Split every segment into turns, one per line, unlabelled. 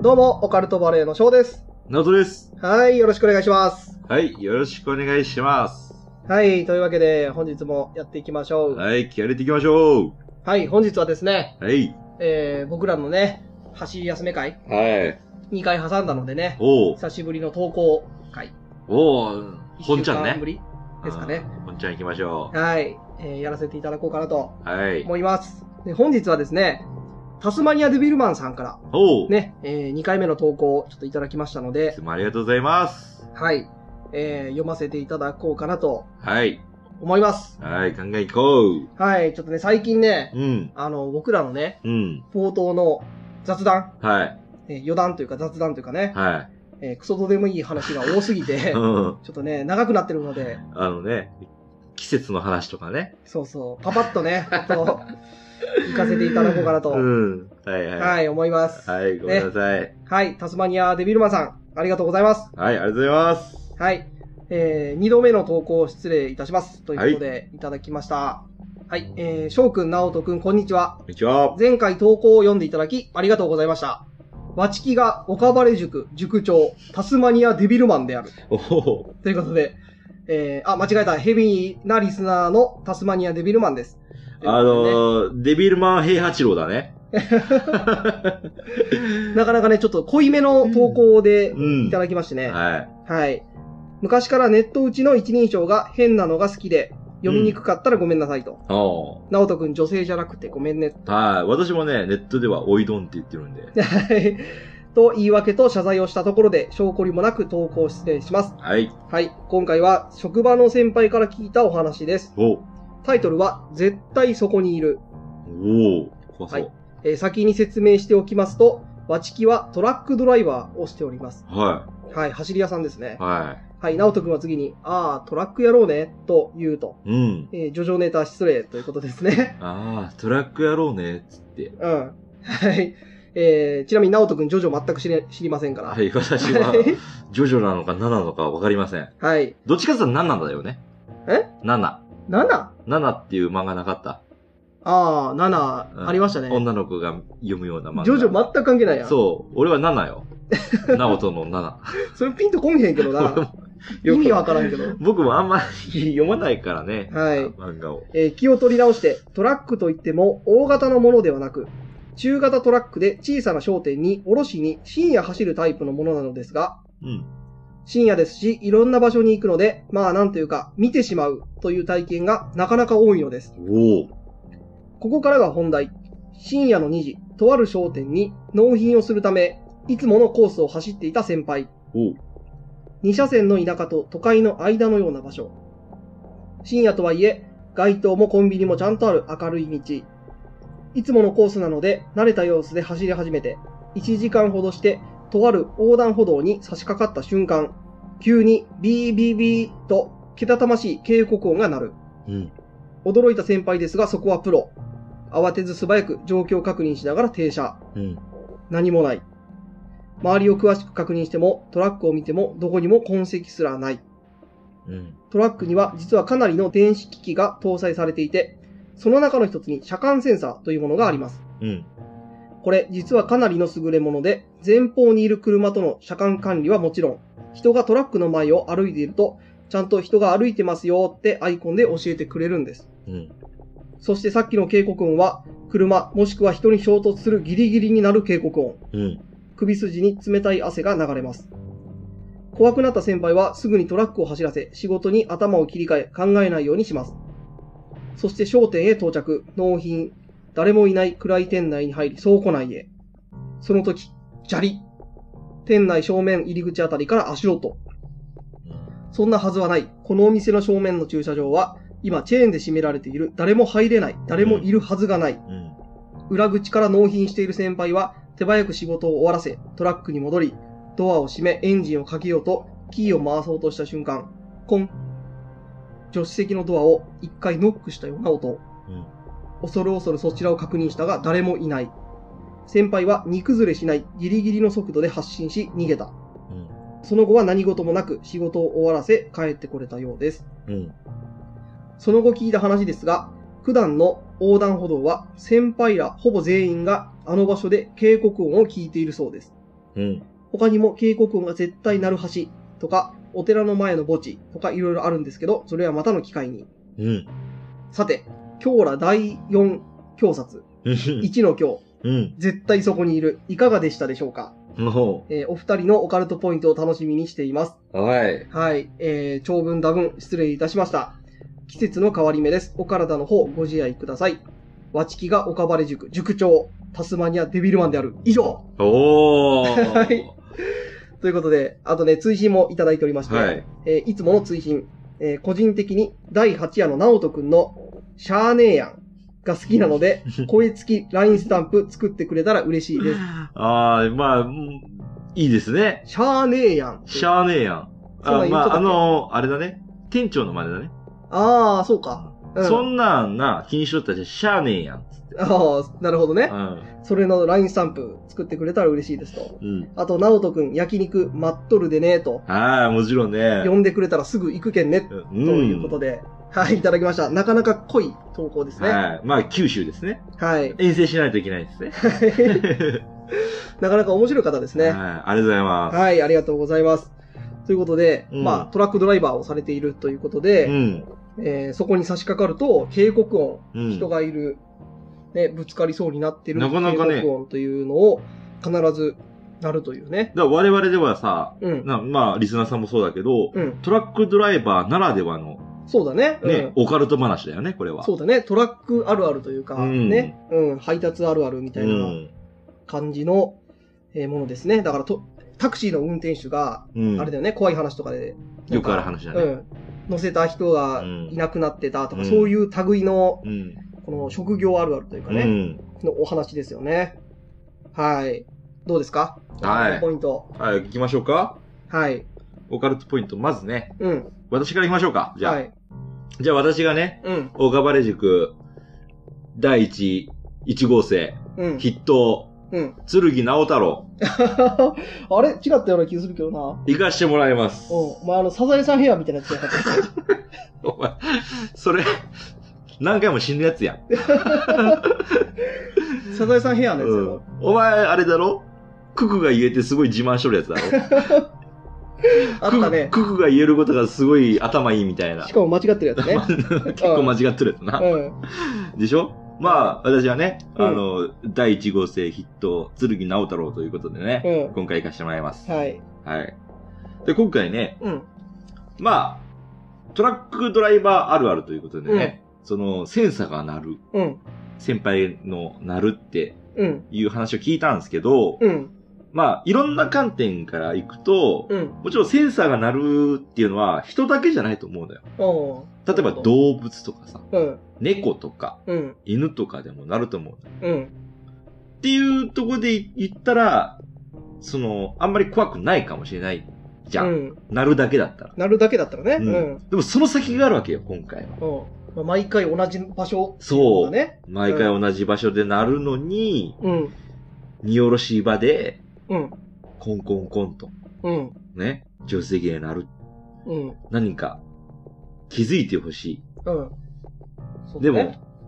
どうも、オカルトバレーの翔です。
謎です。
はい、よろしくお願いします。
はい、よろしくお願いします。
はい、というわけで、本日もやっていきましょう。はい、
はい、気合入れていきましょ
本日はですね、
う。はい。
えー、僕らのね、走り休め会、
はい。
2回挟んだのでね、
おう
久しぶりの投稿会。
おう本ちゃん
一週間ぶ
ね。
りですかね。
うん。本ちゃん行きましょ
はい、えー、やらせていただこうかなと
う。はい。
思います。で、本日はですね、タスマニアデビルマンさんから、
おう。
ね、えー、2回目の投稿をちょっといただきましたの
い
で
つ、もありがとうございます。
はい、えー、読ませていただこうかなと
はい。
思います。
はい、考え行こう。
はい、ちょっとね、最近ね、
うん。
あの、僕らのね、
うん。
冒頭の雑談、
はい。
えー余談というか雑談というかね、
は
えークソどうでもいい話が多すぎて、
い。
ち
う
ょ
ん。
っとね、長くなってるので、
あのね、季節の話とかね。
そうそう、パパッとね、ちょっと、行かせていただこうかなと、
うん。はいはい。
はい、思います。はい、
はい、ごめんなさい。
タスマニアデビルマンさん、ありがとうございます。
はい、ありがとうございます。
はい、えー、2度目の投稿失礼いたします。ということで、い、ただきました。はい、えー、翔くん、直人くん、こんにちは。
こんにちは。
前回投稿を読んでいただき、ありがとうございました。わちきが岡原塾塾長、タスマニアデビルマンである。
おお。
ということで、えー、あ、間違えた。ヘビーなリスナーのタスマニアデビルマンです。
あのー、デビルマン平八郎だね。
なかなかね、ちょっと濃いめの投稿で
うん。
いただきましてね。
はい。
はい。昔からネットうちの一人称が変なのが好きで、読みにくかったらごめんなさいと。
お
ナオトくん女性じゃなくてごめんね。
ーはい。私もね、ネットではおいどんって言って るんで。
はいと言い訳と謝罪をしたところで、証拠りもなく投稿失礼します。
はい。
はい。今回は職場の先輩から聞いたお話です。
おお
タイトルは、絶対そこにいる。
お怖そう。
えー先に説明しておきますと、わちきはトラックドライバーをしております。
は
はい、走り屋さんですね
い。。は
はい、直人くんは次に、あー、トラックやろうね、と言うと。
い。うん。。
えー、ジョジョネタ失礼ということですね
ああ、トラックやろうね、つって。
うん。はい。えー、ちなみに直人くんジョジョ全く知れ知りませんから。
は
はい。
い、私は、 ジョジョなのか7なのかわかりません。
はい。
どっちかというと7だよね。
え
?7。
7?
7っていう漫画なかった。
あー、7、
うん
ありましたね。
女の子が読むような漫画。
ジョジョ全く関係ないやん。
そう。俺は7よ。 ナオトの7。
それピンとこんへんけどな。 意
よく
味わからんけど。
僕もあんまり読まないからね。
はい
漫画を。
えー気を取り直して、トラックといっても大型のものではなく、中型トラックで小さな商店に卸しに深夜走るタイプのものなのですが、
うん。
深夜ですし、いろんな場所に行くので、まあなんというか、見てしまうという体験がなかなか多いのです。
おお。
ここからが本題。深夜の2時、とある商店に納品をするため、いつものコースを走っていた先輩。
おう。
2車線の田舎と都会の間のような場所。深夜とはいえ、街灯もコンビニもちゃんとある明るい道。いつものコースなので、慣れた様子で走り始めて、1時間ほどして、とある横断歩道に差し掛かった瞬間、急にビービービーと、けたたましい警告音が鳴る。
うん。
驚いた先輩ですが、そこはプロ。慌てず素早く状況を確認しながら停車。
うん。
何もない。周りを詳しく確認しても、トラックを見ても、どこにも痕跡すらない。
うん。
トラックには実はかなりの電子機器が搭載されていて、その中の一つに車間センサーというものがあります。
うん。
これ実はかなりの優れもので、前方にいる車との車間管理はもちろん、人がトラックの前を歩いていると、ちゃんと人が歩いてますよってアイコンで教えてくれるんです。
うん。
そしてさっきの警告音は、車もしくは人に衝突するギリギリになる警告音。
うん。
首筋に冷たい汗が流れます。怖くなった先輩はすぐにトラックを走らせ、仕事に頭を切り替え、考えないようにします。そして商店へ到着、納品、誰もいない暗い店内に入り、倉庫内へ。その時、砂利。店内正面入り口あたりから足音。そんなはずはない。このお店の正面の駐車場は、今チェーンで閉められている。誰も入れない。誰もいるはずがない。
うん。
裏口から納品している先輩は手早く仕事を終わらせトラックに戻りドアを閉めエンジンをかけようとキーを回そうとした瞬間コン助手席のドアを一回ノックしたような音
うん。
恐る恐るそちらを確認したが誰もいない先輩は荷崩れしないギリギリの速度で発進し逃げた
うん。
その後は何事もなく仕事を終わらせ帰ってこれたようです
うん。
その後聞いた話ですが、普段の横断歩道は先輩らほぼ全員があの場所で警告音を聞いているそうです。
うん。
他にも警告音が絶対鳴る橋とか、お寺の前の墓地とかいろいろあるんですけど、それはまたの機会に。
うん。
さて、今日ら第4教察、
うん。
1の今日、
うん。
絶対そこにいる、いかがでしたでしょうか、
も
えーお二人のオカルトポイントを楽しみにしています。
う、はい。
はい、えー、長文多文、失礼いたしました。季節の変わり目です。お体の方、ご自愛ください。わちきが岡晴塾、塾長、タスマニアデビルマンである。以上
おー。
はいということで、あとね、追伸もいただいておりまして、
はい。
えーいつもの追伸、えー個人的に第8夜の直人くんのシャーネーヤンが好きなので、 声付き LINE スタンプ作ってくれたら嬉しいです。
あー、まあ、うんいいですね。
シャーネーヤン。
しゃーねえやん。
そう
あ
だ言
ま
うと
あ、
だ
あ
け
のー、あれだね。店長の真似だね。
ああ、そうか。うん
そんなんな、気にしとったらしゃーねえやん。
ああ、なるほどね
う。ん。
それの LINE スタンプ作ってくれたら嬉しいですと。
うん。
あと、直人くん、焼肉待っとるでねと、
ああ、もちろんね。
呼んでくれたらすぐ行くけんね、
う
と
ん。
いうことで、はい、いただきました。なかなか濃い投稿ですね。はい。
はい。まあ、九州ですね。遠征しないといけないですね。
なかなか面白い方ですね。
はい。ありがとうございます。
はい、ありがとうございます。ということで、
うん
まあ、トラックドライバーをされているということで、
うん。
えーそこに差し掛かると、警告音、
うん。
人がいる、ね、ぶつかりそうになってる
なかなかね
警告音というのを必ずなるというね。
だから我々ではさ、
うん。
なまあ、リスナーさんもそうだけど、
うん。
トラックドライバーならではの、
そうだね。
ね、オカルト話だよね、これ
うん。
は。
そうだね。トラックあるあるというか、
うん。
ね。うん。配達あるあるみたいうなん感じの、えーものですね。だからと、タクシーの運転手が、
うん。
あれだよね、怖い話とかで。
よくある話だ
う
ね。
ん。乗せた人が
うん
いなくなってたとか、
うん
そういう類の、
うん。
この職業あるあるというか
う
ね、
ん。
のお話ですよね。はい。どうですか
はい
ポイント。
はい、行きましょうか。
はい。
オカルトポイント、まずね、
うん。
私から行きましょうか。じゃあ、
はい。
じゃあ私がね、
うん。
大川原塾、第一、一号生、
うん。
筆頭、
うん。
剣直太郎、
あれ違ったような気がするけどな。
行かしてもらいます。
うん。お前あの、サザエさんヘアみたいなやつやったっ
お前、 それ、何回も死ぬやつやん。
けサザエさんヘアのやつや
うん
ろ。
お前、あれだろククが言えてすごい自慢しとるやつだろ
あったね。
ククククが言えることがすごい頭いいみたいな
し。かも間違ってるやつね。
結構間違ってるやつな。
うん。
でしょまあ、私はね、
うん
あの、第1号生筆頭、剣直太郎ということでね、
う
今回行かせてもらいます。
ん。はい。
はい。で、今回ね、
うん。
まあ、トラックドライバーあるあるということでね、その、センサーが鳴る、
うん。
先輩の鳴るって
うん。
いう話を聞いたんですけど、
うん。
まあ、いろんな観点から行くと、
うん。
もちろんセンサーが鳴るっていうのは人だけじゃないと思うのよ。
おう
例えば動物とかさ、
うん。
猫とか
うん。
犬とかでも鳴ると思うのよ。
うん。
っていうとこで言ったら、その、あんまり怖くないかもしれないじゃ。
うんん。
鳴るだけだったら。
なるだけだったらね。
う
うんん。
でもその先があるわけよ、今回は。
うん。まあ、毎回同じ場所
そ
だ
う。
ね。
毎回同じ場所で鳴るのに、
うん。
見下ろし場で、
うん。
コンコンコンと、
うん。
ね、助手席で鳴る。
うん。
何か、気づいてほしい。
うん。そうだね
でも、、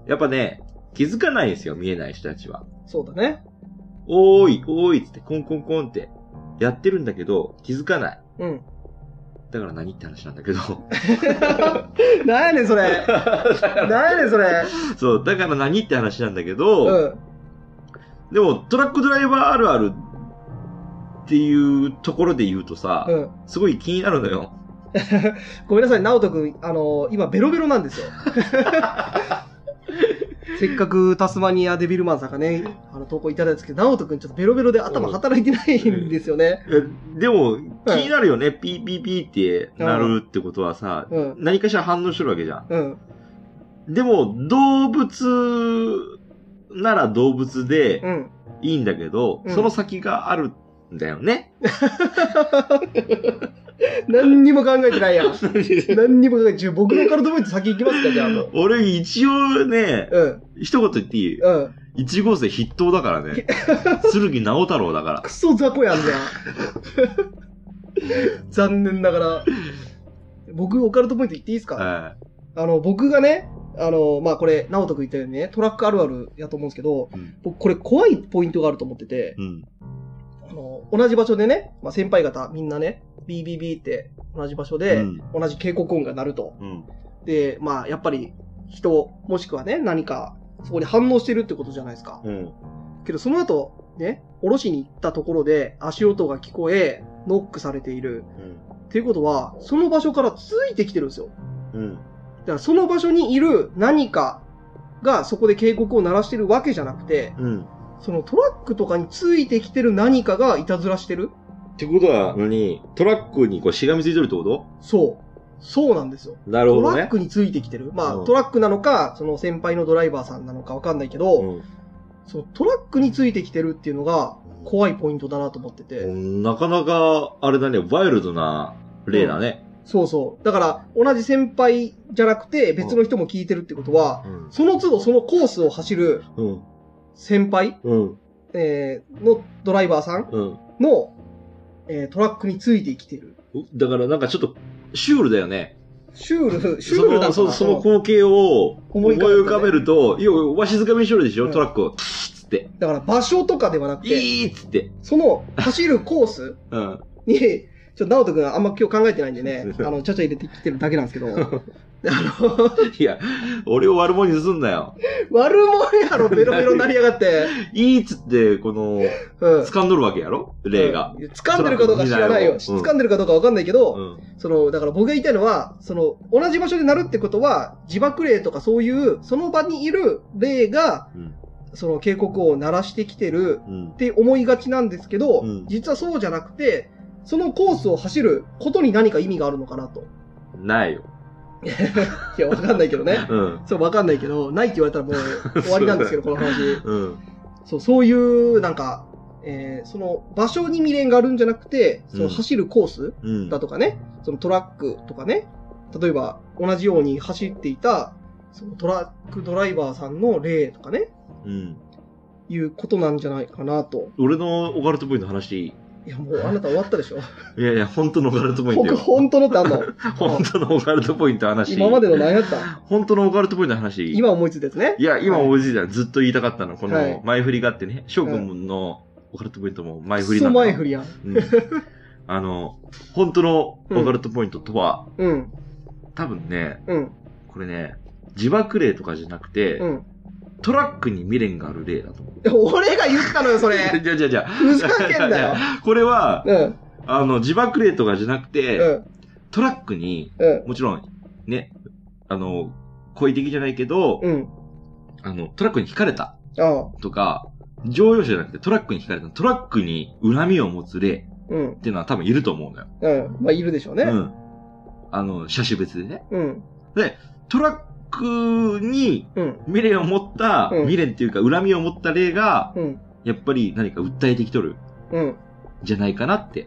やっぱね、気づかないんですよ、見えない人たちは。
そうだね。
おーい、おーいっつって、コンコンコンって、やってるんだけど、気づかない。
うん。
だから何って話なんだけど。
なんやねん、それ。なんやねん、それ。
そう、だから何って話なんだけど、
うん。
でも、トラックドライバーあるあるっていうところで言うとさ、
うん。
すごい気になるのよ。
ごめんなさい、直人くん、あの今、ベロベロなん ですよ。せっかくタスマニアデビルマンさんがね、あの投稿いただいたんですけど、直人くん、ちょっとベロベロで頭働いてないんですよね。
えでも、気になるよね。ピーピーピーってなるってことはさ、
うん。
何かしら反応してるわけじゃん。
うん。
でも、動物なら動物で、
うん。
いいんだけど、
うん
その先があるんだよ ね。
何にも考えてないやん。何にも考えてない。僕のカルトポイント先行きますか、じゃあもう。
俺一応ね、
うん。
一言言っていい
うん。
一号生筆頭だからね。 剣直太郎だから。
クソ雑魚やん じゃん。残念ながら。僕、オカルトポイント言っていいですか、
は
あの、僕がね、あの、まあ、これ、直人君言ったようにね、トラックあるあるやと思うんですけど、
い。うん
僕、これ怖いポイントがあると思ってて、
うん。
あのの、同じ場所でね、まあ、先輩方みんなね、BBB って同じ場所で、
うん
同じ警告音が鳴ると。
うん。
で、まあ、やっぱり人、もしくはね、何か、そこに反応してるってことじゃないですか。
うん。
けど、その後、ね、おろしに行ったところで足音が聞こえ、ノックされている。っていうことは、その場所からついてきてるんですよ。
うん。
だから、その場所にいる何かがそこで警告を鳴らしてるわけじゃなくて、
うん。
そのトラックとかについてきてる何かがいたずらしてる
ってことは、何トラックにこうしがみついてるってこと
そう。そうなんですよ。
なる
ト
ほど
ラッ
ね。
クについてきてる。まあ、
うん
トラックなのか、その先輩のドライバーさんなのかわかんないけど、
うん
そのトラックについてきてるっていうのが怖いポイントだなと思ってて。
うんなかなか、あれだね、ワイルドな例だね。
そうそう。だから、同じ先輩じゃなくて別の人も聞いてるってことは、
うん。
その都度そのコースを走る
うん。
先輩、
うん。
えーのドライバーさん
うん。
の、えートラックについてきてる。
だからなんかちょっと、シュールだよね。
シュール、シュールなんだな
そのそその
その
光景を
思
思
い
い
浮かべるとね
浮かべると、いや、わしづかみにしろでし
う
ょ、
ん
トラックを。キーッつって。
だから場所とかではなく
い
て、
ーっつって。
その走るコース
うん。
に、ちょっと直人くんあんま今日考えてないんでね、あの、ちゃちゃ入れてきてるだけなんです けど、あの、
いや、俺を悪者にすんなよ。
悪者やろ、ベロベロになりやがって。
いーっつって、この、
うん。
掴んどるわけやろ例が。
うん。掴んでるかどうか知らないよ。
そら
掴んでるかどうかわかんないけど、
うん。
その、だから僕が言いたいのは、その、同じ場所で鳴るってことは、自爆霊とかそういう、その場にいる霊が、
うん
その警告を鳴らしてきてる
うん
っ。て思いがちなんですけど、
うん
実はそうじゃなくて、そのコースを走ることに何か意味があるのかなと。
ないよ。
いや、わかんないけどね。
うん。
そう、わかんないけど、ないって言われたらもう終わりなん ですけど、この話。
うん。
そう、そういう、なんか、えーその場所に未練があるんじゃなくて、その
うん
走るコース
うん。
だとかね、そのトラックとかね、例えば同じように走っていた、そのトラックドライバーさんの例とかね、
うん。
いうことなんじゃないかなと。
俺のオカルトボーイの話いい
いや、もうあなた終わったでしょ。
いやいや、本当のオカルトポイント
僕、
よ。
本当のってあんの
本当のオカルトポイントの話。
今までの何やった
本当のオカルトポイントの話。
今思いついたやつね。
いや、今
はい
おじいちゃんずっと言いたかったの。こ
はい
の前振りがあってね。翔くんのオカルトポイントも前振
ク
りな
ソ
んだ。
前振りやん。
うん。あの、本当のオカルトポイントとは、
うん、
多分ね、
うん、
これね、自爆霊とかじゃなくて、
うん。
トラックに未練がある霊だと思う。
俺が言ったのよ、それ。
じゃじゃじゃ
ふざけんな よ。
これは、
うん、
あの、自爆霊とかじゃなくて、
うん、
トラックに、
うん。
もちろん、ね、あの、故意的じゃないけど、
うん。
あの、トラックに惹かれた
ああ。
とか、乗用車じゃなくてトラックに惹かれた、トラックに恨みを持つ霊
うん。
っていうのは多分いると思うのよ。
うん。まあ、いるでしょうね。
う
うん。
ん。あの、車種別でね。
うん。
トラックに
うん。
未練を持った、
うん
未練っていうか恨みを持った霊が、
うん。
やっぱり何か訴えてきとるんじゃないかなって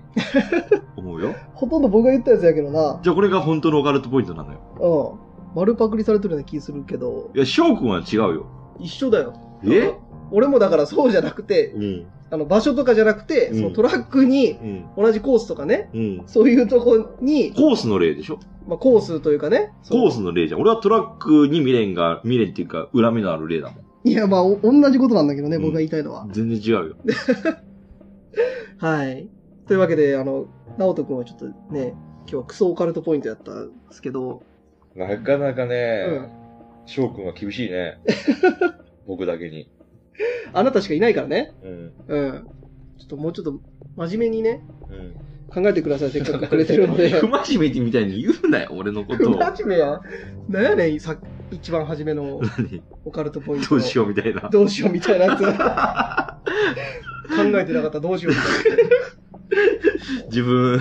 思うよ。
ほとんど僕が言ったやつやけどな。
じゃあこれが本当のオカルトポイントなのよ。
うん。丸パクリされてるような気するけど、
いや、翔くんは違うよ。
一緒だよ。
え
俺もだからそうじゃなくて、
うん。
あの、場所とかじゃなくて、
うん
そのトラックに、
うん。
同じコースとかね、
うん。
そういうとこに、
コースの例でしょ
まあ、コースというかね。
コー
ス
スの例じゃん。俺はトラックに未練が、未練っていうか、恨みのある例だも
いや、まあ、お同じことなんだけどね、
うん
僕が言いたいのは
ん。。全然違うよ。
はい。というわけで、あの、直人くんはちょっとね、今日はクソオカルトポイントやったんですけど、
なかなか
うん
ね、翔くんは厳しい ね。僕だけに。
あなたしかいないからね。
うん。
うん。ちょっともうちょっと真面目にね、
うん。
考えてください、せっかくくれてるの で。
不真面目みたいに言うなよ、俺のこ
不
とを。
真面目や。なんやねん、さ一番初めの
何
オカルトポイント。
どうし
よ
ようみたいな
う。。どうしようみたいなやつ。考えてなかったらどうしようみたい
自分、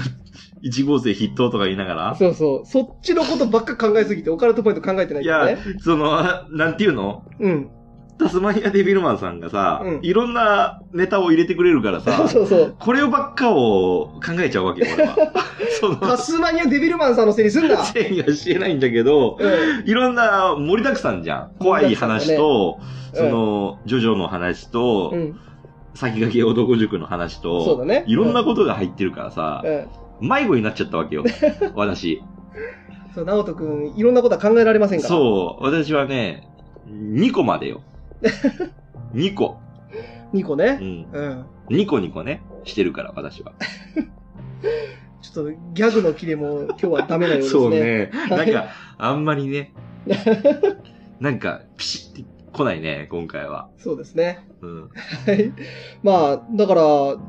1号生筆頭とか言いなが
な。
ら。
そうそう。そっちのことばっか考えすぎて、オカルトポイント考えてない
い
から
や
ね。、
その、なんていうの
うん。
タスマニアデビルマンさんがさ、
うん
いろんなネタを入れてくれるからさ、
そうそう。
これをばっかを考えちゃうわけよ、俺は。その、
タスマニアデビルマンさんのせいにす んな。
せいにはしてないんだけど、
うん。
いろんな盛りだくさんじゃん。怖い話
盛りだ
と、
くさんだ
そ
ね
の、ジョジョの話と、
うん。
先駆け男塾の話
そうだ
と、
ね。
いろんなことが入ってるからさ
う、ん。
迷子になっちゃった わけよ、私。
そう、直人くん、いろんなことは考えられませんから。う。
そう、私はね、2個までよ。2個。
2個ね
う。ん。
うん。
ニコニコね、してるから、私は。
ちょっとギャグのキレも今日はダメなようですね。
そうね。なんか、あんま りね、なんか、ピシッて来ないね、今回は。
そうですね。
うん。
はい。まあ、だから、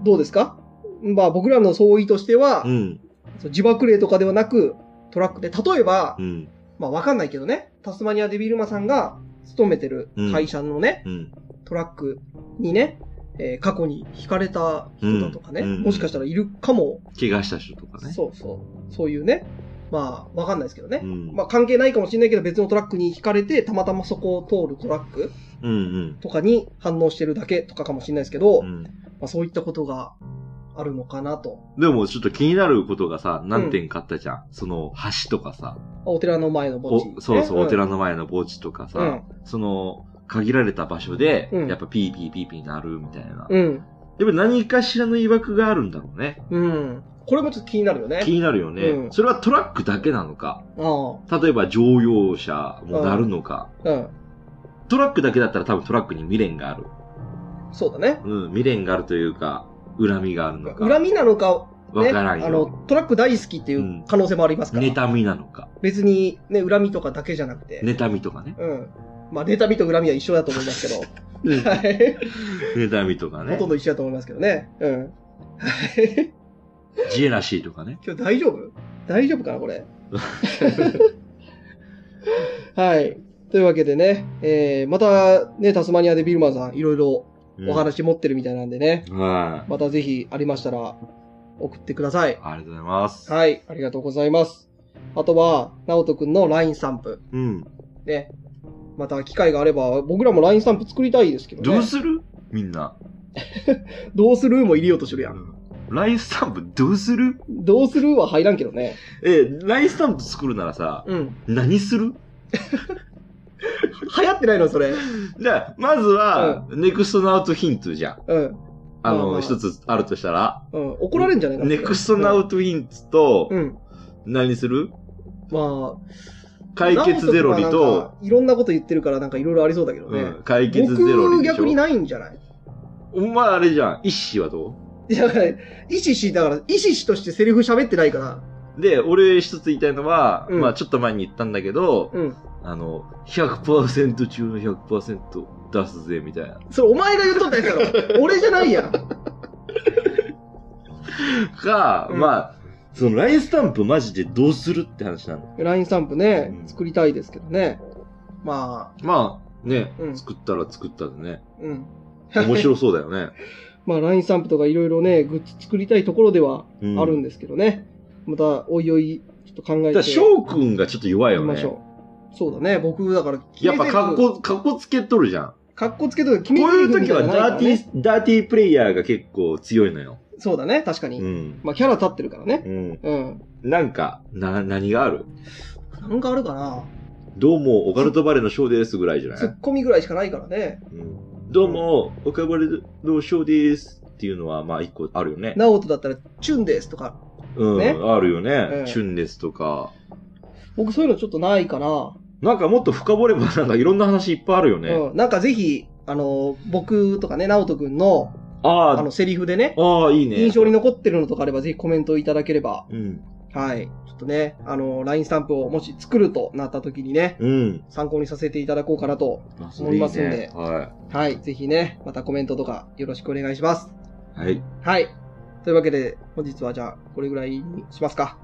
どうですかまあ、僕らの相違としては、
うん。
そう自爆霊とかではなく、トラックで、例えば、
うん。
まあ、わかんないけどね、タスマニア・デビルマさんが勤めてる会社のね、
うん。
トラックにね、えー過去に惹かれた人だとかね、
うんうん
もしかしたらいるかも、
怪我した人とかね。
そうそう、そういうね、まあ、わかんないですけどね。
ん。
まあ、関係ないかもしれないけど、別のトラックに惹かれて、たまたまそこを通るトラック
うん
とかに反応してるだけとかかもしれないですけど、
うん。うん。
まあ、そういったことがあるのかなと。
でもちょっと気になることがさ、何点かあったじゃん。その橋とかさ、
お寺の前の墓地、ね
おそうそう、
ん
お寺の前の墓地とかさ、
うん
その、限られた場所で、
うん
やっぱピーピーピーピーなるみたいな。やっ
うん。
ぱ何かしらの曰くがあるんだろうね。
うん。これもちょっと気になるよね。
気になるよね、
うん
それはトラックだけなのか。
ああ。
例えば乗用車もなるのか。
うん。
トラックだけだったら多分トラックに未練がある。
そうだね。
うん、未練があるというか、恨みがあるのか。
恨みなのか、ね、
わからん
あ
よ。
の、トラック大好きっていう可能性もありますから。
妬みなのか。
別に、ね、恨みとかだけじゃなくて。
妬みとかね。
うん。まあ、妬みと恨みは一緒だと思いますけど。はい。
妬みとか
ほ
ね
と。んど一緒だと思いますけどね。うん。はい。
ジェラシーとかね。
今日大丈夫大丈夫かな、こ れ。はい。というわけでね、えー、またね、タスマニアでビルマンさんいろいろお話持ってるみたいなんでね、
うん。はい。
またぜひありましたら送ってください。
ありがとうございます。
はい、ありがとうございます。あとは、ナオトくんの LINE スタンプ。
うん。
ね。また機会があれば、僕らも LINE スタンプ作りたいですけどね。
どうするみんな。
どうするも入れようとしてるや。
うんんラインスタンプどうする
どうするは入らんけどね。
え、ラインスタンプ作るならさ、
うん。
何する
流行ってないの、それ。
じゃあ、まずは、ネクストナウトヒントじゃん。
うん。
あ
まあま
の、
あ
一つあるとしたら、
うん。怒られんじゃないかな
ネクストナウトヒントと
う、ん。
何する
まあ、
解決ゼロリ
ナオト君はな
と
ん、かいろんなこと言ってるから、なんかいろいろありそうだけどね。
うん解決ゼロ
僕、
リでし
逆に
ょ。
ないんじゃない
お前あれじゃん。一子はど
いや、だからイシシ、だから、イシシとしてセリフ喋ってないから。
うで、俺一つ言いたいのは、
うん
まあちょっと前に言ったんだけど、
うん。
あの、100%中の100%出すぜ、みたいな。
それ、お前が言っとったやつや ろ。俺じゃないやん。
か、
うん
まあ、そのラインスタンプマジでどうするって話なの。
ラインスタンプね
う、ん
作りたいですけどね。ま
まあ、ね、
うん
作ったら作ったでね
あ、、うん。
面白そうだよね。
まあ、ラインスタンプとかいろいろね、グッズ作りたいところでは
うん
あるんですけどね。また、おいおい、ちょっと考え
だか
て。
ら翔くんがちょっと弱い
行
よ
きま
ね
し。ょう。そうだね、僕、だから、
やっぱ格好、格好つけとるじゃん。
かっこつけとる。こ
こういう時はダーティ
ー。
ー、ダーティープレイヤーが結構強いのよ。
そうだね、確か
う
に。
ん。
まあ、キャラ立ってるからね。
うん。
うん。
なんか、な、何がある
なんかあるかな。
どうも、オカルトバレーのショーですぐらいじゃな
ツ
い
ッコミぐらいしかないからね。
うん。どうも、オカルトバレーのショーですっていうのは、まあ一個あるよね。
ナオトだったら、チュンですとか。
うん、
ね
あるよ
う
ね
ん。
チュンですとか。
僕、そういうのちょっとないから。
なんかもっと深掘れば、なんかいろんな話いっぱいあるよね。
うん。なんかぜひ、あの、僕とかね、ナオトくんの、
あ
あの、セリフでね、
あ、ああ、いいね。
印象に残ってるのとかあれば、ぜひコメントいただければ、
うん。
はい。ちょっとね、あの、LINE スタンプをもし作るとなった時にね、
うん。
参考にさせていただこうかなと。
あ
思いますんで
それいいねは
はい。ぜひね、またコメントとかよろしくお願いします。
い。はい。
はい。というわけで、本日はじゃあ、これぐらいにしますか。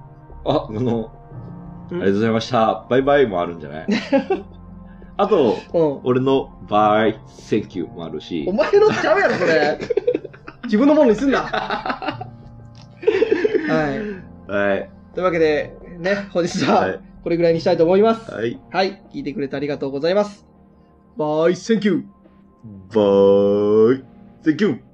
あ、この、あ
う
り
ん
がとうございました。バイバイもあるんじ ゃないあと、
うん。
俺のバイ、センキューもあるし
お、前のちゃうやろ、そ れ。自分のものにすんな。はい。
はい。
というわけで、ね、本日
は。
はいこれぐらいにしたいと思います。はい。
はい。
聞いてくれてありがとうございます。バイ、センキュー。
バイ、センキュー